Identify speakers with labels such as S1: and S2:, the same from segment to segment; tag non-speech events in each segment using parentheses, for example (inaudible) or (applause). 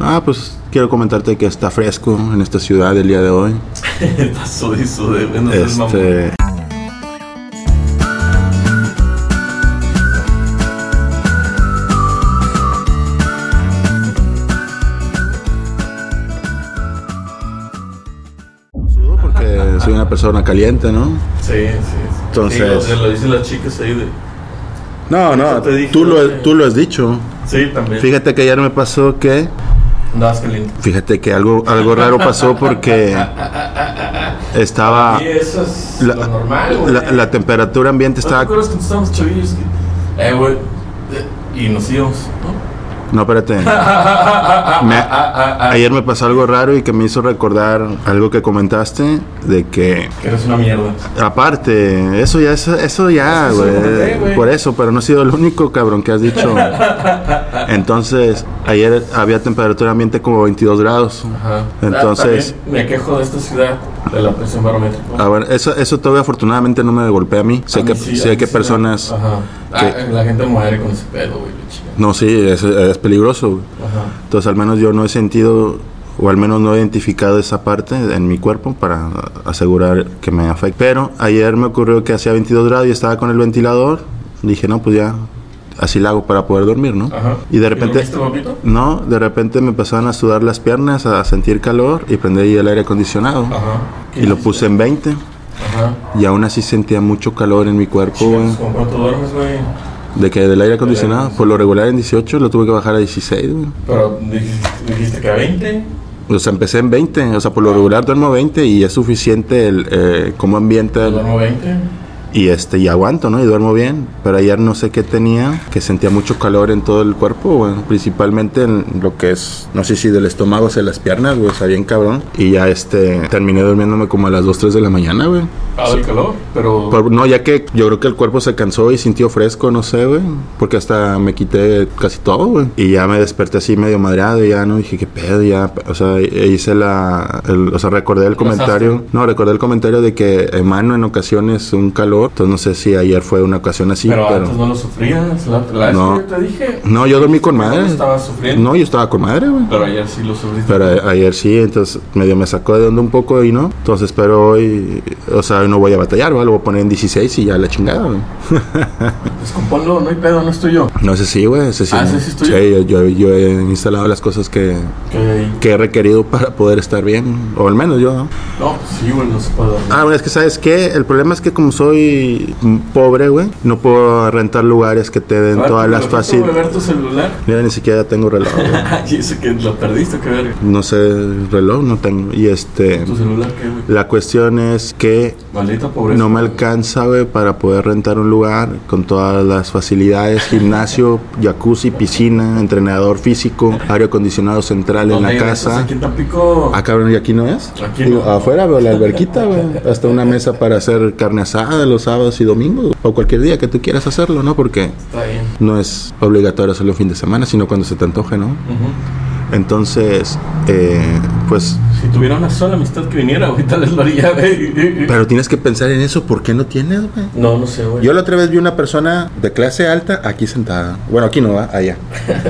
S1: Ah, pues quiero comentarte que está fresco en esta ciudad el día de hoy.
S2: (laughs) Está sudi, sudi, güey, no seas mamón.
S1: Este. No sudo porque Soy una persona caliente, ¿no?
S2: Sí, sí, sí.
S1: Entonces-
S2: Sí, o sea, lo dicen las chicas ahí de...
S1: No, no,
S2: te dije,
S1: tú lo,
S2: güey.
S1: tú lo has dicho.
S2: Sí, también.
S1: Fíjate que ayer me pasó que.
S2: Andabas caliente.
S1: Fíjate que algo, algo raro pasó porque estaba.
S2: y eso es
S1: Ah. La,
S2: lo normal, güey.
S1: la, la temperatura ambiente
S2: ¿No te
S1: estaba.
S2: acuerdas cuando estábamos chavillos? que- Eh, güey. eh, Y nos íbamos, ¿no?
S1: No, espérate. Me- ayer me pasó algo raro y que me hizo recordar algo que comentaste de que
S2: Que eres una mierda.
S1: aparte eso ya eso, eso ya
S2: Es que eso lo comenté,
S1: güey
S2: güey.
S1: por eso pero no he sido el único cabrón que has dicho entonces ayer había temperatura ambiente como 22 grados
S2: Ajá.
S1: Entonces-
S2: Ah, también me quejo de esta ciudad, de la presión barométrica.
S1: a ver, eso eso todavía afortunadamente no me golpea a mí sé
S2: A mí
S1: que
S2: sí, a
S1: sé
S2: mí
S1: que
S2: sí me-
S1: personas
S2: Ajá.
S1: que-
S2: Ah, la gente muere con ese pedo, güey. la chingada.
S1: no sí es, es peligroso güey.
S2: Ajá.
S1: Entonces al menos yo no he sentido o al menos no he identificado esa parte en mi cuerpo para asegurar que me afecte. Pero ayer me ocurrió que hacía 22 grados y estaba con el ventilador. Dije, no, pues ya, así la hago para poder dormir, ¿no?
S2: Ajá.
S1: Y de repente-
S2: ¿Y lo viste, papito?
S1: No, de repente me empezaron a sudar las piernas, a sentir calor y prendí el aire acondicionado.
S2: Ajá.
S1: Y lo puse en 20
S2: Ajá.
S1: y aún así sentía mucho calor en mi cuerpo. güey.
S2: Pues, ¿Con cuánto duermes, güey?
S1: ¿De que ¿Del aire acondicionado? Por lo regular en 18 lo tuve que bajar a 16, güey.
S2: Pero dijiste, dijiste que a 20.
S1: O sea, empecé en 20, o sea, por lo regular duermo 20 y es suficiente el, eh, como ambiente el-
S2: Duermo 20.
S1: y este y aguanto, ¿no? Y duermo bien, pero ayer no sé qué tenía, que sentía mucho calor en todo el cuerpo, güey, principalmente en lo que es, no sé si del estómago hacia las piernas, güey, o sea, bien cabrón. Y ya este, terminé durmiéndome como a las 2, 3 de la mañana, güey.
S2: Ah, del calor. Pero.
S1: Por- no, ya que yo creo que el cuerpo se cansó y sintió fresco, no sé, güey. Porque hasta me quité casi todo, güey. Y ya me desperté así medio madreado y ya no dije, qué pedo, ya. O sea, e- hice la. el- o sea, recordé el comentario. No, recordé el comentario de que emano en ocasiones un calor. Entonces no sé si ayer fue una ocasión así,
S2: pero
S1: pero.
S2: antes no lo sufrías. La, la vez
S1: No.
S2: que yo te dije.
S1: No, yo dormí con madre.
S2: No estabas sufriendo.
S1: No, yo estaba con madre, güey.
S2: Pero ayer sí lo sufriste.
S1: Pero eh, a- ayer sí, entonces medio me sacó de onda un poco y no. Entonces, pero hoy, o sea, hoy no voy a batallar, ¿va? Lo voy a poner en 16 y ya la chingada, güey.
S2: Descomponlo, no hay pedo, no estoy yo.
S1: No sé si, güey. Ese sí.
S2: Ah, ese sí es tuyo.
S1: yo, yo- yo he instalado las cosas que,
S2: Que-
S1: que he requerido para poder estar bien. O al menos yo, ¿no?
S2: No, pues sí, güey, no se puede dormir.
S1: Ah, bueno, es que sabes qué. El problema es que como soy mm, pobre, güey, no puedo rentar lugares que te den
S2: A ver,
S1: todas
S2: tu
S1: las
S2: relojito, güey, a
S1: facilidades.
S2: ver tu celular. (laughs)
S1: Mira, ni siquiera tengo reloj. güey.
S2: y eso que lo perdiste, qué verga.
S1: no sé, reloj no tengo. Y este.
S2: Tu celular, qué, güey.
S1: La cuestión es que
S2: Maldita pobreza.
S1: no me alcanza, güey, para poder rentar un lugar con todas las facilidades: gimnasio, jacuzzi, piscina, entrenador físico, aire acondicionado central en
S2: ¿Dónde
S1: la
S2: hay de
S1: casa.
S2: esos Aquí en Tampico.
S1: Ah, cabrón, ¿y aquí no es?
S2: Aquí
S1: Digo,
S2: no.
S1: Afuera veo la alberquita, güey. Hasta una mesa para hacer carne asada los sábados y domingos. güey. O cualquier día que tú quieras hacerlo, ¿no? Porque
S2: Está bien.
S1: no es obligatorio hacerlo fin de semana, sino cuando se te antoje, ¿no?
S2: Ujú.
S1: Entonces, eh, pues...
S2: Si tuviera una sola amistad que viniera, güey, tal vez lo haría, güey.
S1: Pero tienes que pensar en eso. ¿Por qué no tienes, güey?
S2: No, no sé, güey.
S1: Yo la otra vez vi una persona de clase alta aquí sentada. Bueno, aquí no va, allá.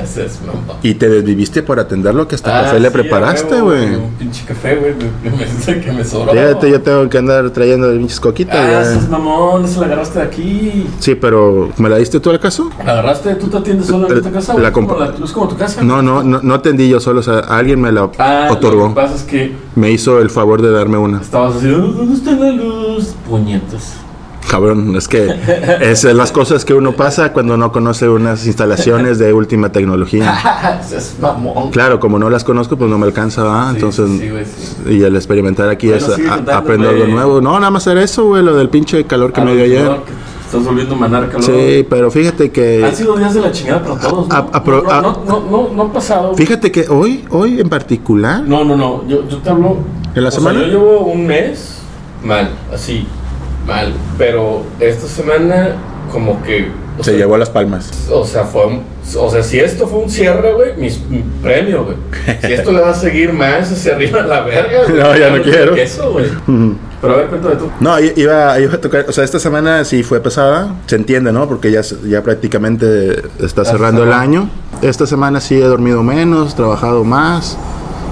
S2: Haces, mamá.
S1: Y te desviviste por atenderlo que hasta
S2: Ah,
S1: café le
S2: sí,
S1: preparaste,
S2: a huevo,
S1: güey.
S2: Un pinche café, güey, de- de mesa que me sobró.
S1: Fíjate, yo tengo que andar trayendo pinches coquitas,
S2: Ah,
S1: güey.
S2: haces, mamón, esa la agarraste de aquí.
S1: Sí, pero ¿me la diste tú al caso?
S2: ¿La agarraste? ¿Tú te atiendes solo en
S1: La-
S2: esta casa?
S1: la
S2: güey?
S1: comp-
S2: Como la- Es como tu casa.
S1: No, no, no, no atendí yo solo, o sea, alguien me la
S2: Ah, lo que
S1: otorgó.
S2: pasa es que
S1: Me hizo el favor de darme una.
S2: estabas así, "Oh, ¿dónde está la luz? Puñetas. (laughs)
S1: Cabrón, es que es las cosas que uno pasa cuando no conoce unas instalaciones de última tecnología.
S2: es Ah, mamón.
S1: Claro, como no las conozco, pues no me alcanza, ¿verdad?
S2: Sí,
S1: Entonces,
S2: sí, sí, güey, sí.
S1: y el experimentar aquí
S2: Bueno,
S1: es
S2: sigue
S1: a-
S2: contando,
S1: aprender algo
S2: güey.
S1: nuevo. No, nada más era eso, güey, lo del pinche calor que
S2: Ah,
S1: me dio ayer.
S2: calor, que te Estás volviendo manarca, calor.
S1: Sí, pero fíjate que...
S2: Han sido días de la chingada para todos. ¿no?
S1: A- apro-
S2: no, no, no, no, no han pasado.
S1: Fíjate que hoy, hoy en particular,
S2: No, no, no. Yo, yo te hablo.
S1: ¿En la
S2: o sea,
S1: semana?
S2: yo llevo un mes mal, así, mal. Pero esta semana, como que O
S1: Se
S2: sea,
S1: llevó las palmas.
S2: O sea, fue un- o sea, si esto fue un cierre, güey, mis mi premio, güey. Si esto le va a seguir más hacia arriba la verga, güey.
S1: No, ya no quiero.
S2: Eso, güey. Pero a ver, cuéntame tú.
S1: No, i- iba, iba a tocar, o sea, esta semana sí fue pesada, se entiende, ¿no? Porque ya, se- ya prácticamente está cerrando el
S2: cerrando.
S1: año. Esta semana sí he dormido menos, trabajado más.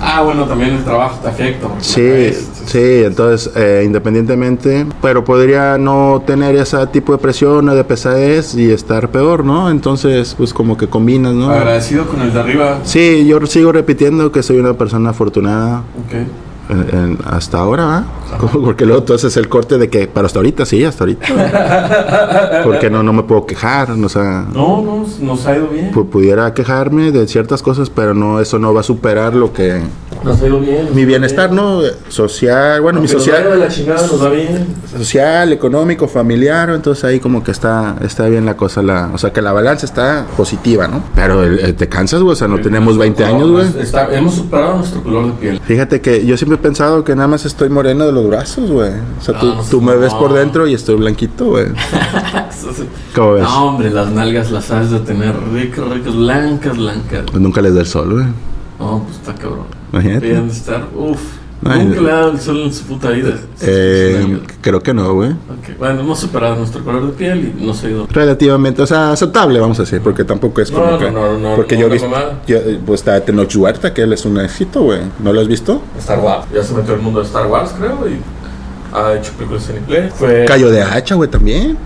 S2: Ah, bueno, también el trabajo te afecta. porque
S1: Sí,
S2: es-
S1: sí, entonces eh, independientemente, pero podría no tener ese tipo de presión o de pesadez y estar peor, ¿no? Entonces, pues como que combinas, ¿no?
S2: Agradecido con el de arriba.
S1: Sí, yo sigo repitiendo que soy una persona afortunada
S2: Ok.
S1: en- en- hasta ahora, ¿va? Como- Porque luego tú haces el corte de que, pero hasta ahorita, sí, hasta ahorita. (laughs) Porque no, no me puedo quejar, o sea,
S2: No, no, nos ha ido bien.
S1: pu- pudiera quejarme de ciertas cosas, pero no, eso no va a superar lo que...
S2: Nos ha ido bien. nos
S1: Mi
S2: va
S1: bienestar,
S2: bien.
S1: ¿no? Social, bueno, mi
S2: Aunque nos vaya de
S1: social...
S2: la chingada nos va bien.
S1: social, económico, familiar, entonces ahí como que está, está bien la cosa, la, o sea que la balanza está positiva, ¿no? Pero el- el- te cansas, güey, o sea, no tenemos 20 años, güey.
S2: Está- Hemos superado nuestro color de piel.
S1: Fíjate que yo siempre he pensado que nada más estoy moreno de los brazos, güey. O sea,
S2: No,
S1: tú,
S2: Ah, no
S1: tú me
S2: seas
S1: ves por
S2: mamón.
S1: dentro y estoy blanquito,
S2: (laughs)
S1: güey. Ah, ¿Cómo ves?
S2: No, hombre, las nalgas las has de tener ricas, ricas, blancas, blancas.
S1: Pues nunca les da el sol, güey.
S2: No, pues está cabrón.
S1: Imagínate.
S2: Deben de estar, uff.
S1: Ay,
S2: Nunca le ha dado el sol en su puta vida.
S1: Eh,
S2: Sus nalgas.
S1: creo que no, güey.
S2: Ok, Bueno, hemos superado nuestro color de piel y nos ha ido.
S1: Relativamente, o sea, aceptable, vamos a decir, porque tampoco es
S2: No,
S1: como
S2: no,
S1: que.
S2: no, no,
S1: porque
S2: no,
S1: yo he
S2: una
S1: visto.
S2: mamada.
S1: yo- pues está Tenoch Huerta, que él es un éxito, güey. ¿No lo has visto?
S2: Star Wars. Ya se metió el mundo de Star Wars, creo, y ha hecho películas en inglés. Fue...
S1: Cayo de Hacha, güey, también.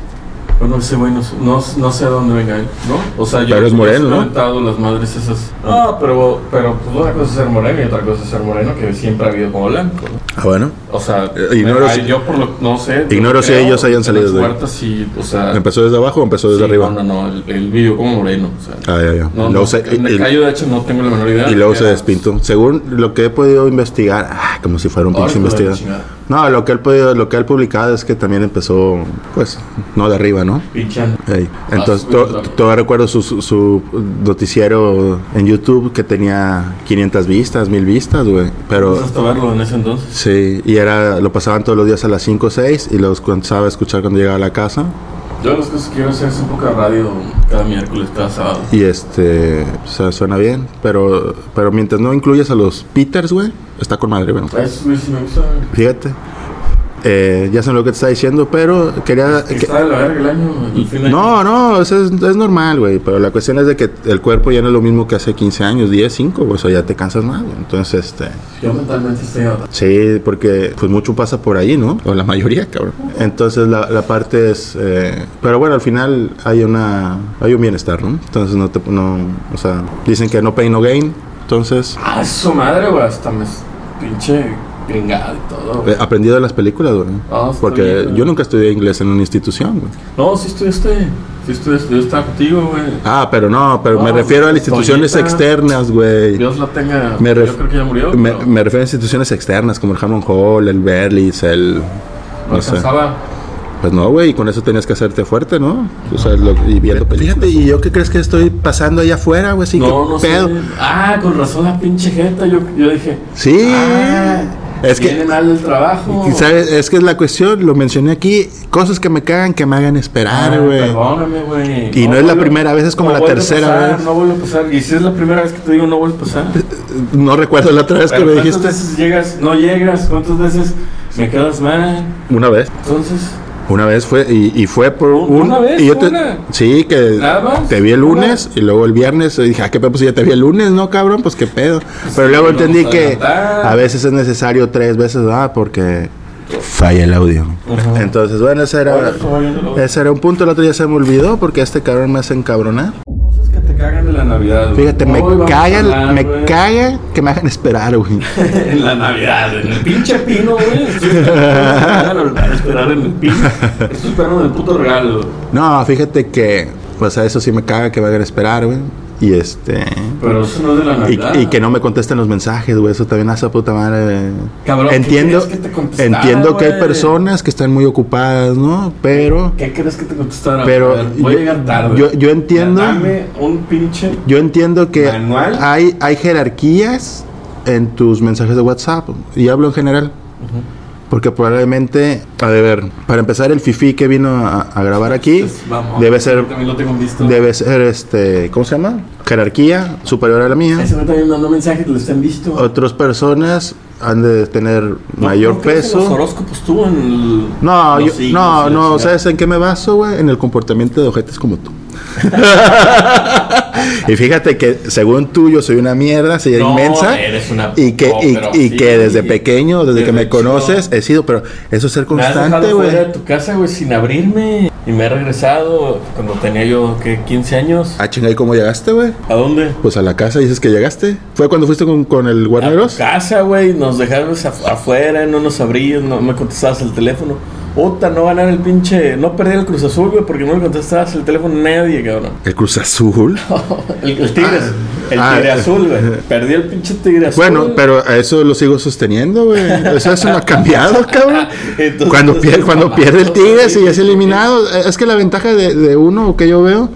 S2: Bueno, ese güey Pues no, sé- no, no sé a dónde venga él, ¿no? O sea, yo
S1: Pero es
S2: yo
S1: moreno,
S2: he
S1: ¿no?
S2: aventado las madres esas. No, pero, pero pues, una cosa es ser moreno y otra cosa es ser moreno que siempre ha habido como blanco. ¿no?
S1: Ah, bueno.
S2: O sea,
S1: Eh, ignoro
S2: ay,
S1: si-
S2: yo por lo no sé. yo
S1: Ignoro si
S2: creo
S1: ellos hayan
S2: que
S1: salido
S2: las
S1: de ahí.
S2: huertas y, o sea,
S1: ¿Empezó desde abajo o empezó desde
S2: Ah. sí,
S1: arriba?
S2: No, no, no, el, el video como moreno, o sea.
S1: Ah, ya, ya.
S2: No,
S1: Luego
S2: no,
S1: se-
S2: en el
S1: y-
S2: callo de hecho no tengo la menor idea.
S1: Y luego se
S2: Era-
S1: despintó. Según lo que he podido investigar, ah, como si fuera un
S2: Ahora
S1: pinche
S2: hijo de la
S1: investigador.
S2: chingada.
S1: No, lo que él podido, lo que él publicado es que también empezó, pues, no de arriba, ¿no?
S2: Pinchan.
S1: Ey. Entonces,
S2: Ah,
S1: to-
S2: claro.
S1: todavía recuerdo su, su- su noticiero en YouTube que tenía 500 vistas, 1000 vistas, güey. Pero
S2: Hasta verlo en ese entonces.
S1: sí, y era lo pasaban todos los días a las 5 o 6 y los comenzaba a escuchar cuando llegaba a la casa.
S2: Yo las cosas que quiero hacer es un poco de radio cada miércoles, cada sábado.
S1: Y este, o sea, suena bien, pero pero mientras no incluyas a los Peters, güey, está con madre, güey.
S2: Eso sí me gusta.
S1: Fíjate. Eh, ya sé lo que te está diciendo, pero quería...
S2: Que
S1: que-
S2: está de la verga el año, el fin de año.
S1: no, no, eso es, es normal, güey. Pero la cuestión es de que el cuerpo ya no es lo mismo que hace 15 años, 10, 5, güey. O sea, ya te cansas más, güey. Entonces, este...
S2: Yo mentalmente estoy agotado.
S1: Sí, porque pues mucho pasa por ahí, ¿no? O la mayoría, cabrón. Entonces la, la parte es... eh, pero bueno, al final hay una... Hay un bienestar, ¿no? Entonces no te... No, o sea, dicen que no pain, no gain. Entonces...
S2: Ah, su madre, güey, hasta me s- pinche gringado y todo. güey.
S1: eh, aprendí de las películas, güey.
S2: Ah, está
S1: Porque
S2: bien.
S1: yo nunca estudié inglés en una institución, güey.
S2: No, sí estudiaste, sí estudiaste, yo estaba contigo, güey.
S1: Ah, pero no, pero me
S2: No,
S1: refiero a las
S2: Toñita.
S1: instituciones externas, güey.
S2: Dios la tenga.
S1: Me ref-
S2: yo creo que ya murió.
S1: Me,
S2: pero
S1: me refiero a instituciones externas como el Hammond Hall, el Berlitz, el...
S2: no
S1: no sé.
S2: alcanzaba.
S1: Pues no, güey, y con eso tenías que hacerte fuerte, ¿no? O sea, lo- y viendo Fíjate, ¿y yo qué crees que estoy pasando allá afuera, güey? Sí,
S2: No, no sé. Ah, con razón la pinche jeta. Yo, yo dije.
S1: Sí.
S2: Ah,
S1: es
S2: Viene
S1: que...
S2: mal del trabajo.
S1: y ¿Sabes? Es que es la cuestión, lo mencioné aquí, cosas que me cagan que me hagan
S2: Ah,
S1: esperar, güey.
S2: Perdóname, güey.
S1: Y no es la
S2: vuelve-
S1: primera vez, es como la
S2: vuelve a
S1: tercera
S2: pasar,
S1: vez.
S2: No vuelve a pasar. Y si es la primera vez que te digo no vuelve a pasar.
S1: no recuerdo la otra vez que
S2: Pero
S1: me
S2: ¿Cuántas
S1: dijiste.
S2: veces llegas? No llegas. ¿Cuántas veces me quedas mal?
S1: Una vez.
S2: Entonces,
S1: Una vez fue, y, y fue por un-
S2: ¿Una vez?
S1: y yo te-
S2: ¿Una?
S1: sí, que
S2: ¿Nada más?
S1: te vi el
S2: ¿Una?
S1: lunes y luego el viernes y dije, ah, qué pedo, pues ya te vi el lunes, ¿no, cabrón? Pues qué pedo. Pero
S2: sí,
S1: luego
S2: vamos
S1: entendí
S2: a
S1: que
S2: adelantar.
S1: a veces es necesario tres veces, ah, porque falla el audio.
S2: Ajá.
S1: Entonces, bueno, ese
S2: ahora
S1: era,
S2: estaba viendo la otra.
S1: ese era un punto, el otro ya se me olvidó porque este cabrón me hace encabronar.
S2: cosas que te cagan de la Navidad. güey.
S1: Fíjate,
S2: Hoy vamos
S1: me
S2: a
S1: caga,
S2: hablar,
S1: me
S2: güey,
S1: caga que me hagan esperar, güey.
S2: (laughs) En la Navidad, en el pinche pino, güey. Estoy esperando a esperar en el pino. Estoy esperando en el puto regalo. güey.
S1: No, fíjate que, o sea, eso sí me caga que me hagan esperar, güey. Y este...
S2: Pero eso no es de la
S1: Y,
S2: Navidad.
S1: y que no me contesten los mensajes, güey. Eso también hace a puta madre.
S2: Cabrón, ¿qué
S1: entiendo
S2: querías que te contestara,
S1: entiendo que hay
S2: güey?
S1: personas que están muy ocupadas, ¿no? Pero
S2: ¿Qué crees que te contestara?
S1: Pero
S2: A ver, voy
S1: yo-
S2: a llegar tarde.
S1: yo- yo entiendo-
S2: Dame un pinche.
S1: yo entiendo que
S2: ¿Manual?
S1: hay, hay jerarquías en tus mensajes de WhatsApp. Y hablo en general. Porque probablemente, a de ver, para empezar, el fifi que vino a, a grabar aquí
S2: Entonces, Pues, vamos,
S1: debe ser,
S2: También lo tengo visto.
S1: debe ser, este, ¿cómo se llama? Jerarquía superior a la mía.
S2: Ese me también mandó mensaje que lo están visto.
S1: Otras personas han de tener
S2: ¿No-
S1: mayor
S2: no crees que Los
S1: peso.
S2: horóscopos tuvo en el-
S1: No,
S2: los
S1: yo-
S2: signos y
S1: no,
S2: la
S1: no,
S2: chingada?
S1: ¿sabes en qué me baso, güey? En el comportamiento de ojetes como
S2: (laughs)
S1: tú. y fíjate que según tú yo soy una mierda, soy
S2: No,
S1: inmensa.
S2: eres una-
S1: Y que,
S2: no,
S1: y,
S2: pero
S1: y
S2: sí.
S1: que desde pequeño, desde,
S2: Desde
S1: que me
S2: chico.
S1: conoces, he sido, pero eso es ser
S2: Me has
S1: constante,
S2: dejado
S1: güey.
S2: fuera de tu casa, güey, sin abrirme. Y me he regresado cuando tenía yo, ¿qué? 15 años.
S1: Ah, chinga, ¿y cómo llegaste, güey?
S2: ¿A dónde?
S1: Pues a la casa dices que llegaste. ¿Fue cuando fuiste con, con el
S2: A tu
S1: Guarneros?
S2: casa, güey. Nos dejaron af- afuera, no nos abrías, no me contestabas el teléfono. Otra, no ganar el pinche. No perder el Cruz Azul, güey, porque no le contestabas el teléfono a nadie, cabrón.
S1: El Cruz Azul.
S2: El, el Tigres. El
S1: Ah,
S2: Tigre
S1: eh.
S2: Azul, güey. Perdí el pinche Tigre Azul.
S1: Bueno, pero a eso lo sigo sosteniendo, güey. Eso, eso no ha
S2: (laughs)
S1: cambiado, cabrón.
S2: Entonces,
S1: cuando
S2: no
S1: pierde,
S2: estás
S1: cuando
S2: (laughs) mamando,
S1: pierde el Tigres y
S2: güey.
S1: es eliminado, es que la ventaja de, de uno que yo veo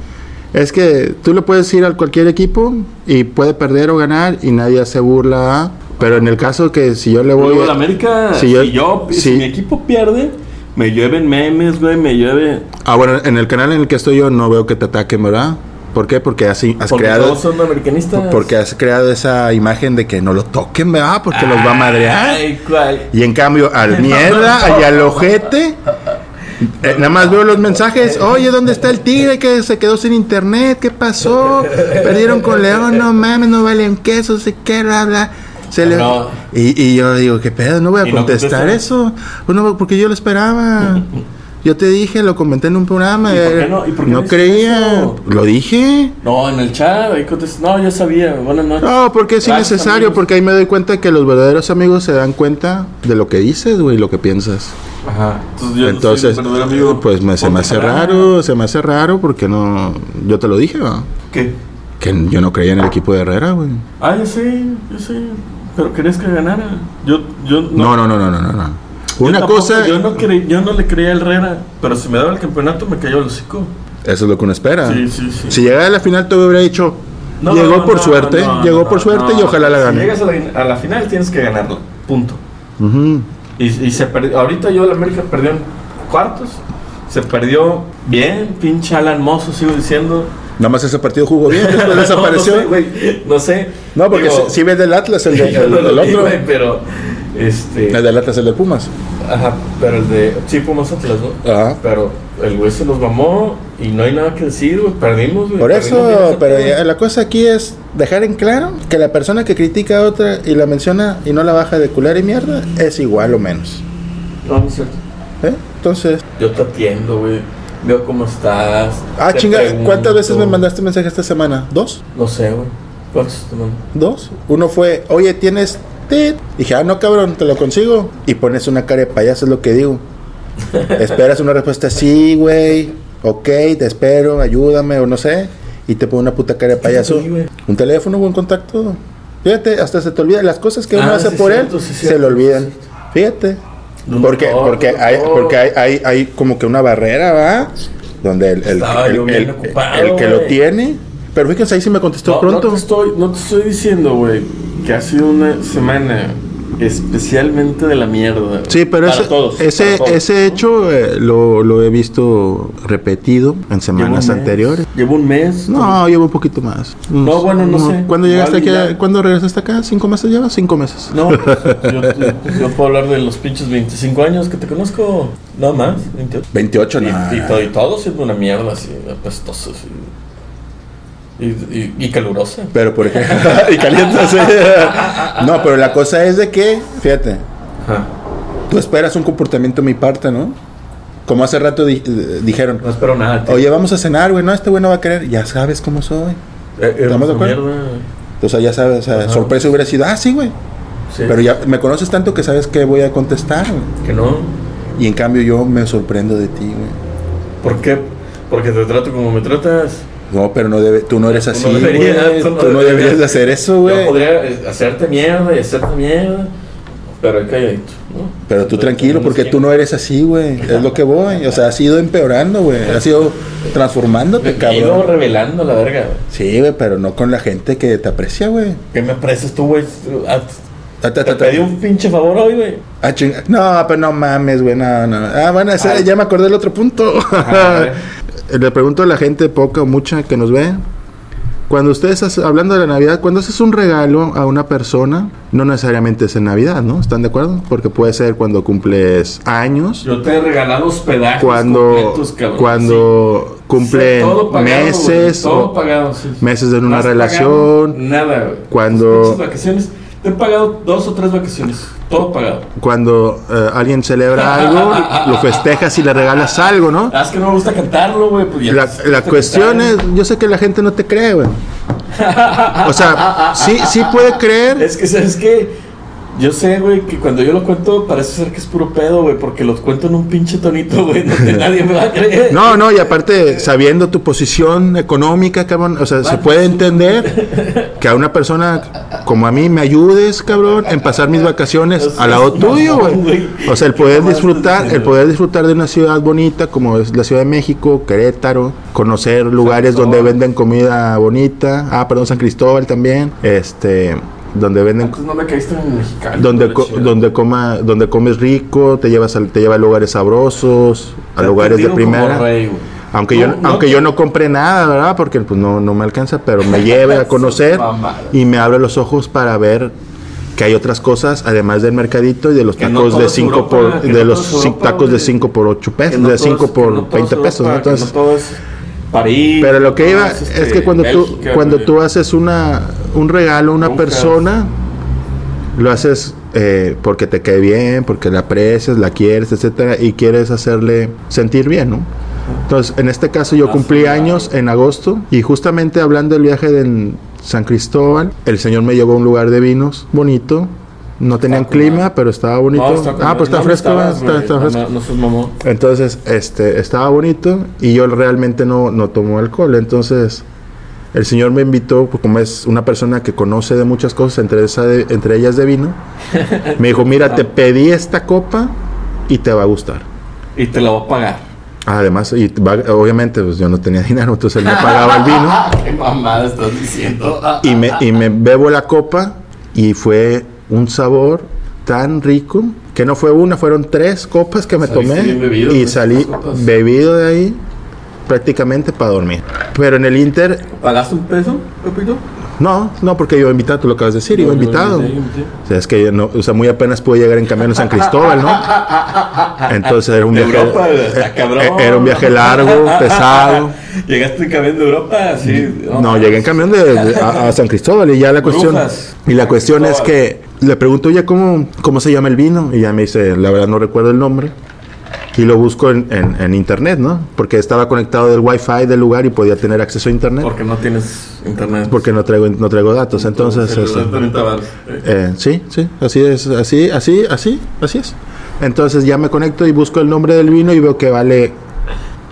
S1: es que tú le puedes ir a cualquier equipo y puede perder o ganar y nadie se burla. Pero en el caso que si yo le
S2: Yo
S1: voy...
S2: digo, la América,
S1: eh, si
S2: si,
S1: yo-
S2: yo- si
S1: si-
S2: mi equipo pierde, me llueven memes, güey, me llueve.
S1: Ah, bueno, en el canal en el que estoy yo no veo que te ataquen, ¿verdad? ¿Por qué? Porque así has
S2: Porque
S1: creado...
S2: todos son americanistas.
S1: Porque has creado esa imagen de que no lo toquen, ¿verdad? Porque los va a madrear.
S2: Ay, cuál.
S1: Y en cambio, al
S2: (laughs)
S1: mierda y al ojete. eh, nada más veo los mensajes. Oye, ¿dónde está el tigre que se quedó sin internet? ¿Qué pasó? Perdieron con León, no mames, no valen queso, se qué, bla, bla. Se le-
S2: No.
S1: Y, y yo digo, ¿qué pedo? No voy
S2: ¿Y
S1: a
S2: no
S1: contestar
S2: contestas?
S1: eso. Pues no, porque yo lo
S2: (laughs)
S1: esperaba. Yo te dije, lo comenté en un programa.
S2: ¿Y por qué
S1: eh,
S2: no? ¿Y por qué no hiciste
S1: creía.
S2: eso?
S1: Lo dije.
S2: No, en el chat, ahí contestas. No, yo sabía. Buenas noches.
S1: No, porque es
S2: Gracias,
S1: innecesario,
S2: amigos.
S1: porque ahí me doy cuenta que los verdaderos amigos se dan cuenta de lo que dices, güey, y lo que piensas.
S2: Ajá. Entonces, yo
S1: Entonces,
S2: soy un verdadero amigo.
S1: pues me, se me
S2: Ponte
S1: hace
S2: para-
S1: raro, se me hace raro porque no... Yo te lo dije, ¿no?
S2: ¿Qué?
S1: Que yo no creía en el equipo de Herrera, güey.
S2: Ah, yo sé, yo sé. Pero querías que ganara. Yo, yo
S1: No, no, no, no, no, no. no.
S2: yo
S1: Una
S2: tampoco-
S1: cosa...
S2: Yo no, creí- yo no le creía a Herrera, pero si me daba el campeonato me cayó el hocico.
S1: Eso es lo que uno espera.
S2: Sí, sí, sí.
S1: Si llegara a la final, te hubiera dicho...
S2: No,
S1: llegó
S2: no,
S1: por
S2: no,
S1: suerte,
S2: no,
S1: llegó
S2: no,
S1: por suerte
S2: no.
S1: y ojalá la
S2: Si
S1: gane.
S2: llegas a la, a la final tienes que ganarla. Punto.
S1: Ujú.
S2: Y, y se perdió. Ahorita yo, la América perdió en cuartos. Se perdió bien, pinche Alan Mozo, sigo diciendo.
S1: Nada más ese partido jugó bien, después desapareció.
S2: (laughs) No, no sé, güey. No, sé.
S1: No, porque
S2: Digo,
S1: si, si ves del Atlas, el, de-
S2: yo
S1: el
S2: (laughs) no
S1: del
S2: lo vi,
S1: otro.
S2: güey, pero. Este.
S1: El del Atlas, el de Pumas. Ah.
S2: Ajá, pero el de. Sí, Pumas Atlas, ¿no?
S1: Ajá.
S2: Pero el güey se nos mamó y no hay nada que decir, güey. Perdimos, güey.
S1: Por
S2: perdimos bien
S1: eso,
S2: ese
S1: pero
S2: pedo.
S1: ya la cosa aquí es dejar en claro que la persona que critica a otra y la menciona y no la baja de cular y mierda es igual o menos.
S2: No, no es cierto.
S1: ¿eh? Entonces,
S2: Yo te atiendo, güey. Veo cómo estás.
S1: ah,
S2: te
S1: chinga,
S2: pregunto.
S1: ¿cuántas veces me mandaste mensaje esta semana? ¿Dos?
S2: No sé, güey. ¿Cuántos te mando?
S1: ¿Dos? Uno fue, oye, tienes. tit? Dije, ah, no, cabrón, te lo consigo. Y pones una cara de payaso, es lo que
S2: (laughs)
S1: digo. Esperas una respuesta, sí, güey, ok, te espero, ayúdame, o no sé. Y te pone una puta cara de
S2: ¿Qué te
S1: payaso.
S2: pedí, güey?
S1: Un teléfono, buen contacto. Fíjate, hasta se te olvida. Las cosas que uno
S2: Ah,
S1: hace
S2: sí,
S1: por
S2: cierto,
S1: él
S2: sí,
S1: se
S2: cierto,
S1: le olvidan.
S2: sí,
S1: Fíjate.
S2: Un
S1: Porque,
S2: doctor,
S1: porque,
S2: un
S1: hay,
S2: doctor.
S1: porque hay, hay, hay como que una barrera, ¿va? Donde el, el-
S2: Estaba
S1: el-
S2: yo bien
S1: el-
S2: ocupado,
S1: el que lo
S2: güey.
S1: tiene. Pero fíjense, ahí sí me contestó
S2: No,
S1: pronto.
S2: No te, estoy, no te estoy diciendo, güey, que ha sido una semana especialmente de la mierda. güey.
S1: Sí, pero
S2: Para
S1: ese,
S2: todos,
S1: ese,
S2: para todos.
S1: ese hecho eh, lo, lo he visto repetido en
S2: Llevo un
S1: semanas
S2: mes,
S1: anteriores.
S2: Llevo un mes.
S1: No, llevo un poquito más.
S2: No, bueno, no sé.
S1: ¿Cuándo llegaste
S2: Igual
S1: aquí?
S2: ya-
S1: a- ¿Cuándo regresaste acá? ¿Cinco meses llevas? Cinco meses.
S2: No, pues, yo, yo- yo puedo hablar de los pinches 25 años que te conozco. No más, 28.
S1: 28,
S2: Y,
S1: no.
S2: y to- y todo siendo una mierda así, apestoso. así. Y, y, y calurosa.
S1: Pero por ejemplo, (laughs) y
S2: (laughs)
S1: calientas. eh. no, pero la cosa es de que, fíjate, tú esperas un comportamiento de mi parte, ¿no? Como hace rato di- eh, dijeron,
S2: No espero nada. tío.
S1: oye, vamos a cenar, güey, no, este güey no va a querer, ya sabes cómo soy.
S2: Eh, eh,
S1: ¿estamos de
S2: una
S1: acuerdo?
S2: mierda.
S1: O sea, ya sabes, o sea,
S2: Ajá.
S1: sorpresa hubiera sido, ah, sí, güey.
S2: Sí.
S1: Pero ya me conoces tanto que sabes que voy a contestar, güey.
S2: Que no.
S1: Y en cambio yo me sorprendo de ti, güey.
S2: ¿Por qué? Porque te trato como me tratas.
S1: No, pero no debe, tú no eres
S2: Tú no
S1: así,
S2: deberías,
S1: güey.
S2: tú no
S1: Tú no deberías
S2: deberías.
S1: de hacer eso,
S2: Yo
S1: güey.
S2: podría eh, hacerte mierda y hacerte mierda, pero hay calladito, ¿no?
S1: Pero tú tranquilo, porque tú no eres así, güey. Es lo que voy. O sea, has ido empeorando, güey. Has ido transformándote,
S2: Me he ido
S1: cabrón.
S2: revelando la verga, güey.
S1: Sí, güey, pero no con la gente que te aprecia, güey.
S2: ¿Qué me aprecias tú, güey? Ah,
S1: Ta, ta,
S2: Te
S1: ta, ta.
S2: pedí un pinche favor hoy, güey.
S1: Ah, chinga. No, pero no mames, güey. No, no. Ah, bueno, ese-
S2: Ah.
S1: ya me acordé del otro punto. (laughs) Eh,
S2: Ajá, a ver.
S1: Le pregunto a la gente, poca o mucha, que nos ve. Cuando ustedes, hace- hablando de la Navidad, cuando haces un regalo a una persona, no necesariamente es en Navidad, ¿no? ¿Están de acuerdo? Porque puede ser cuando cumples años,
S2: Yo te he regalado hospedajes
S1: cuando,
S2: completos, cabrón.
S1: cuando cumple
S2: Sí, todo pagado, güey,
S1: meses,
S2: Todo
S1: o
S2: pagado, sí.
S1: meses en una
S2: No has
S1: relación.
S2: pagado nada, güey.
S1: Cuando-
S2: Tus pinches vacaciones. Te he pagado dos o tres vacaciones. Todo pagado.
S1: Cuando eh, alguien celebra
S2: (laughs)
S1: algo, lo festejas y le regalas algo, ¿no?
S2: Ah, Es que no me gusta cantarlo, güey. Pues ya
S1: La,
S2: te-
S1: la
S2: te
S1: cuestión es,
S2: cantaron.
S1: yo sé que la gente no te cree, güey. O
S2: (laughs) Ah,
S1: sea, sí, sí puede creer.
S2: Es que, ¿sabes qué? Yo sé, güey, que cuando yo lo cuento parece ser que es puro pedo, güey, porque los cuento en un pinche tonito, güey,
S1: (laughs)
S2: donde nadie me va a creer.
S1: No, no, y
S2: eh,
S1: aparte, sabiendo tu posición económica, cabrón, o sea, se puede entender que a una persona como a mí me ayudes, cabrón, en pasar mis vacaciones al lado tuyo, güey. O sea, el poder disfrutar, el poder disfrutar de una ciudad bonita como es la Ciudad de México, Querétaro, conocer lugares donde venden comida bonita. Ah, perdón, San Cristóbal también. Este, donde venden
S2: Antes no me caíste en Mexicali.
S1: donde
S2: güey,
S1: co-
S2: chingada.
S1: donde coma donde comes rico te llevas al- te lleva a lugares sabrosos a
S2: Te
S1: lugares de
S2: atendieron como
S1: primera
S2: rey, güey.
S1: aunque
S2: No,
S1: yo
S2: no
S1: aunque
S2: te-
S1: yo no compré nada verdad porque pues no no me alcanza pero
S2: (laughs)
S1: me lleve a
S2: Su
S1: conocer
S2: mamada.
S1: y me abre los ojos para ver que hay otras cosas además del mercadito y de los
S2: Que no
S1: tacos
S2: todo
S1: de
S2: es
S1: 5
S2: Europa,
S1: por
S2: que
S1: de
S2: no
S1: los
S2: todo es
S1: cin-
S2: Europa,
S1: tacos de
S2: güey.
S1: 5 por 8
S2: Que
S1: pesos
S2: no
S1: de
S2: todo es-
S1: 5
S2: que no
S1: por
S2: todo
S1: 20
S2: es
S1: pesos ¿no?
S2: Europa, que
S1: entonces
S2: no todo es París.
S1: pero lo que
S2: no
S1: iba
S2: todo
S1: es
S2: este,
S1: que cuando tú
S2: Bélgica,
S1: cuando
S2: güey.
S1: tú haces una un regalo a una
S2: Brujas.
S1: persona lo haces eh, porque te cae bien, porque la aprecias, la quieres, etcétera y quieres hacerle sentir bien, ¿no? Entonces, en este caso yo
S2: Ah,
S1: cumplí
S2: sí,
S1: años en agosto y justamente hablando del viaje de en San Cristóbal, el señor me llevó a un lugar de vinos bonito. No tenían
S2: con
S1: clima,
S2: madre.
S1: pero estaba bonito.
S2: Ah, No, está con-
S1: ah, pues está
S2: no
S1: fresco,
S2: estabas,
S1: está,
S2: güey.
S1: está
S2: No,
S1: fresco.
S2: No, no seas mamón.
S1: Entonces, este, estaba bonito y yo realmente no, no tomo alcohol. Entonces, el señor me invitó, pues, como es una persona que conoce de muchas cosas, entre, esa de- entre ellas de vino, me dijo, mira, te pedí esta copa y te va a gustar.
S2: Y te la voy a pagar.
S1: Además, y va- obviamente, pues yo no tenía (laughs) dinero, entonces él me pagaba el vino.
S2: ¿Qué mamada estás diciendo? Ah,
S1: Y me, y me bebo la copa y fue un sabor tan rico que no fue una, fueron tres copas que me
S2: Saliste
S1: tomé
S2: bien bebido,
S1: y
S2: ¿no?
S1: salí
S2: Tres copas.
S1: bebido de ahí prácticamente para dormir. Pero en el Inter,
S2: ¿Pagaste un peso, Pepito?
S1: no, no, porque yo invitado, tú lo acabas de decir, iba
S2: No, yo
S1: invitado.
S2: invité, yo invité.
S1: O sea, es que yo no, o sea, muy apenas pude llegar en camión a San Cristóbal,
S2: (laughs)
S1: ¿no? Entonces era un
S2: De
S1: viaje,
S2: Europa, está cabrón.
S1: eh, era un viaje largo, pesado.
S2: ¿Llegaste en camión de Europa? Sí.
S1: No, llegué en camión de, de- a, a San Cristóbal y ya la cuestión
S2: pues, Brujas.
S1: y la cuestión es que
S2: Cristóbal.
S1: le pregunto ya cómo cómo se llama el vino y ya me dice la verdad no recuerdo el nombre y lo busco en, en- en internet, ¿no? Porque estaba conectado del wifi del lugar y podía tener acceso a internet
S2: Porque no tienes internet.
S1: porque no traigo no traigo datos, entonces
S2: El celular
S1: este,
S2: también te avanza.
S1: eh, sí, sí, así es, así, así, así, así es. Entonces ya me conecto y busco el nombre del vino y veo que vale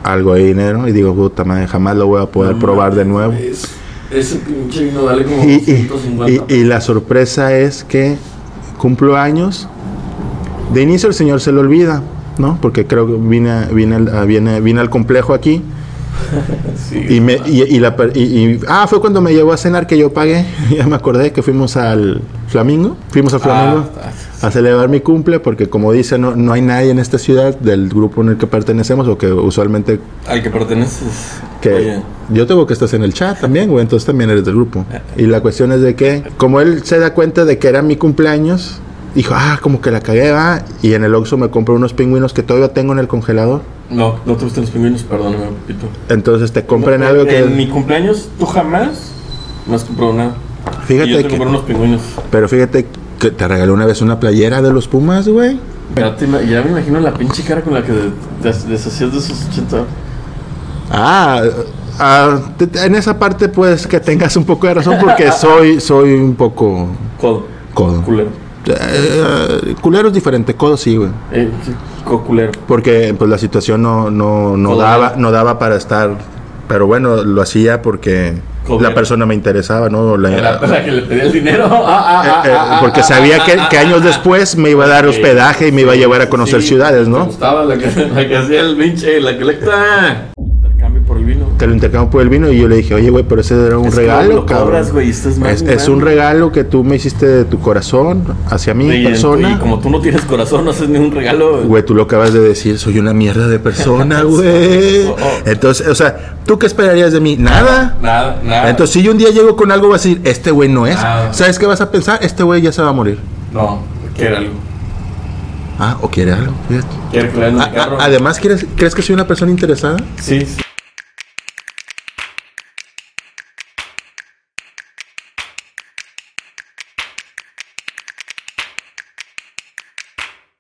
S1: algo de dinero y digo, puta madre, jamás lo voy a poder
S2: No
S1: probar de
S2: mames,
S1: nuevo.
S2: eh, es- Ese pinche vino dale como
S1: Y, y-
S2: 150.
S1: y- y la sorpresa es que cumplo años. De inicio el señor se lo olvida, ¿no? Porque creo que vine, vine, al- ah, viene- vine al complejo aquí.
S2: Sí.
S1: Y, me, y, y la, per- y- y- ah, fue cuando me llevó a cenar que yo pagué. (laughs) ya me acordé que fuimos al Flamingo. Fuimos al Flamingo
S2: Ah,
S1: a celebrar mi cumple porque como dice, no, no hay nadie en esta ciudad del grupo en el que pertenecemos o que usualmente...
S2: Al que perteneces.
S1: Que
S2: Oye,
S1: yo tengo que estás en el chat también, güey, entonces también eres del grupo. Y la cuestión es de que, como él se da cuenta de que era mi cumpleaños, dijo, ah, como que la cagué, va. Y en el Oxxo me compré unos pingüinos que todavía tengo en el congelador.
S2: no, no te gustan los pingüinos, perdóname, Pepito.
S1: Entonces te compran
S2: No,
S1: algo
S2: en
S1: que...
S2: En mi cumpleaños, tú jamás me has comprado nada.
S1: Fíjate
S2: Y yo te
S1: que-
S2: compré unos pingüinos.
S1: Pero fíjate que te regalé una vez una playera de los Pumas, güey.
S2: Ya, te ima- ya me imagino la pinche cara con la que des- des- deshacías de esos 80.
S1: Ah, ah, te- te- en esa parte pues que tengas un poco de razón
S2: (laughs)
S1: porque soy, soy un poco
S2: Codo.
S1: codo.
S2: Culero.
S1: Eh, culero es diferente, codo sí, güey.
S2: Eh, sí, coculero.
S1: porque pues la situación no no, no
S2: Joder.
S1: daba no daba para estar pero bueno lo hacía porque
S2: Joder.
S1: la persona me interesaba no La-
S2: La, la que le pedía el dinero. Ah,
S1: eh, Ah. eh, porque sabía que, que años después me iba a dar
S2: Ok.
S1: hospedaje y me iba a llevar a conocer
S2: ah. Sí,
S1: ciudades
S2: te
S1: no (laughs)
S2: gustaba la que, la que hacía el pinche, la colecta. Intercambio por el vino.
S1: que lo intercambiamos por el vino y yo le dije, oye, güey, pero ese era un
S2: Es que
S1: regalo,
S2: no me lo
S1: cabrón.
S2: cobras, güey, esto es más
S1: es,
S2: humano.
S1: es un regalo que tú me hiciste de tu corazón hacia mi
S2: Oye,
S1: persona.
S2: Y como tú no tienes corazón, no haces ningún regalo.
S1: Güey, tú lo acabas de decir, soy una mierda de
S2: (laughs)
S1: persona, güey.
S2: Oh, oh.
S1: Entonces, o sea, ¿tú qué esperarías de mí? Nada.
S2: Nada, nada.
S1: Entonces, si yo un día llego con algo, vas a decir, este güey no es.
S2: Nada.
S1: ¿Sabes qué vas a pensar? Este güey ya se va a morir.
S2: no, quiere algo.
S1: Ah, o quiere algo, fíjate.
S2: Quiere que le den
S1: A- a-
S2: un carro.
S1: Ah, además, ¿quieres- ¿crees que soy una persona interesada?
S2: sí, sí.